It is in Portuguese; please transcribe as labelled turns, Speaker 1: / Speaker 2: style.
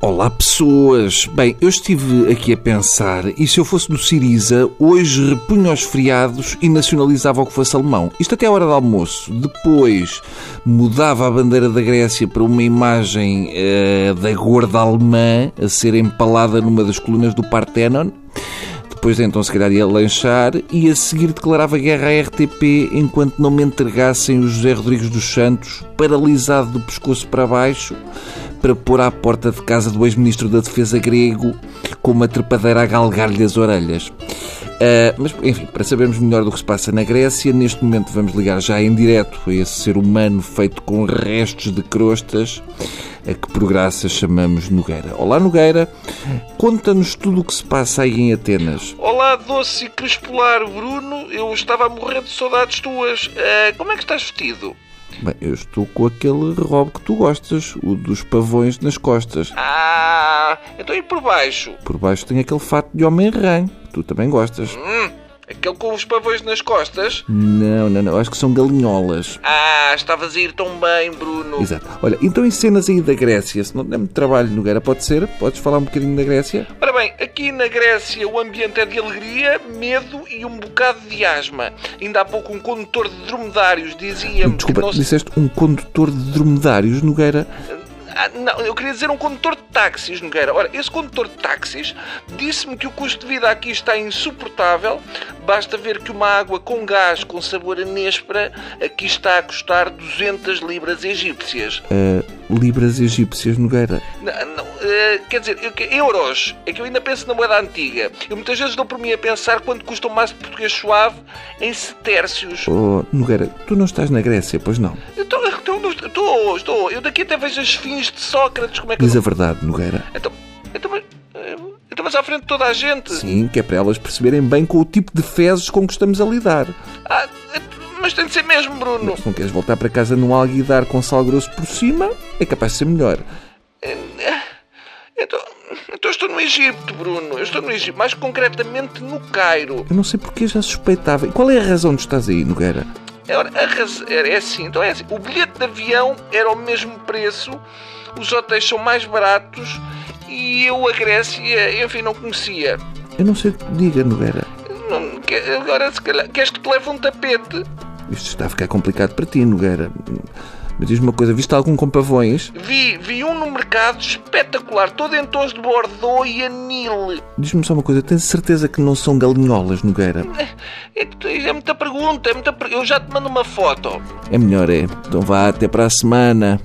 Speaker 1: Olá pessoas! Bem, eu estive aqui a pensar e se eu fosse do Siriza, hoje repunha os feriados e nacionalizava o que fosse alemão. Isto até a hora do almoço. Depois mudava a bandeira da Grécia para uma imagem eh, da gorda alemã a ser empalada numa das colunas do Partenon. Depois então se calhar ia lanchar e a seguir declarava guerra à RTP enquanto não me entregassem o José Rodrigues dos Santos, paralisado do pescoço para baixo, para pôr à porta de casa do ex-ministro da Defesa grego com uma trepadeira a galgar-lhe as orelhas. Ah, mas, enfim, para sabermos melhor do que se passa na Grécia, neste momento vamos ligar já em direto a esse ser humano feito com restos de crostas, a que por graça chamamos Nogueira. Olá, Nogueira. Conta-nos tudo o que se passa aí em Atenas.
Speaker 2: Olá, doce e crispolar Bruno, eu estava a morrer de saudades tuas. Ah, como é que estás vestido?
Speaker 1: Bem, eu estou com aquele robe que tu gostas, o dos pavões nas costas.
Speaker 2: Ah, então e por baixo?
Speaker 1: Por baixo tem aquele fato de homem rã, que tu também gostas.
Speaker 2: Hum, aquele com os pavões nas costas?
Speaker 1: Não, não, não, acho que são galinholas.
Speaker 2: Ah, estavas a ir tão bem, Bruno.
Speaker 1: Exato. Olha, então em cenas aí da Grécia, se não der muito trabalho, Nogueira, pode ser? Podes falar um bocadinho da Grécia?
Speaker 2: Ora bem, aqui na Grécia o ambiente é de alegria, medo e um bocado de asma. Ainda há pouco um condutor de dromedários dizia-me que
Speaker 1: Desculpa,
Speaker 2: não se...
Speaker 1: disseste um condutor de dromedários, Nogueira.
Speaker 2: Ah, não, eu queria dizer um condutor de táxis, Nogueira. Ora, esse condutor de táxis disse-me que o custo de vida aqui está insuportável. Basta ver que uma água com gás com sabor a néspera aqui está a custar 200 libras egípcias.
Speaker 1: Ah, libras egípcias, Nogueira.
Speaker 2: Não, não, eh, quer dizer, eu, que- euros. É que eu ainda penso na moeda antiga. Eu muitas vezes dou por mim a pensar quanto custa um maço de português suave em setércios.
Speaker 1: Oh, Nogueira, tu não estás na Grécia, pois não?
Speaker 2: Então, então, não estou- estou, estou. Eu daqui até vejo as fins de Sócrates. Como é que eu
Speaker 1: Diz a verdade, Nogueira.
Speaker 2: Então, então, mas, eh, então, mas à frente de toda a gente.
Speaker 1: Sim, que é para elas perceberem bem com o tipo de fezes com que estamos a lidar.
Speaker 2: Ah, eh, mas tem de ser mesmo, Bruno.
Speaker 1: Se não queres voltar para casa num alguidar com sal grosso por cima, é capaz de ser melhor.
Speaker 2: Então, então eu estou no Egito, Bruno. Eu estou no Egito, mais concretamente no Cairo.
Speaker 1: Eu não sei porque já suspeitava. E qual é a razão de estás aí, Nogueira?
Speaker 2: Ora, a raz- era- é assim, então é assim. O bilhete de avião era o mesmo preço, os hotéis são mais baratos e eu a Grécia, enfim, não conhecia.
Speaker 1: Eu não sei o que te diga, Nogueira.
Speaker 2: Não- que- agora, se calhar, queres que te leve um tapete?
Speaker 1: Isto está a ficar complicado para ti, Nogueira. Mas diz-me uma coisa, viste algum com pavões?
Speaker 2: Vi, vi um no mercado espetacular, todo em tons de Bordeaux e anil.
Speaker 1: Diz-me só uma coisa, tens certeza que não são galinholas, Nogueira?
Speaker 2: É, que tu- é muita pergunta, é muita per- Eu já te mando uma foto.
Speaker 1: É melhor, é. Então vá, até para a semana.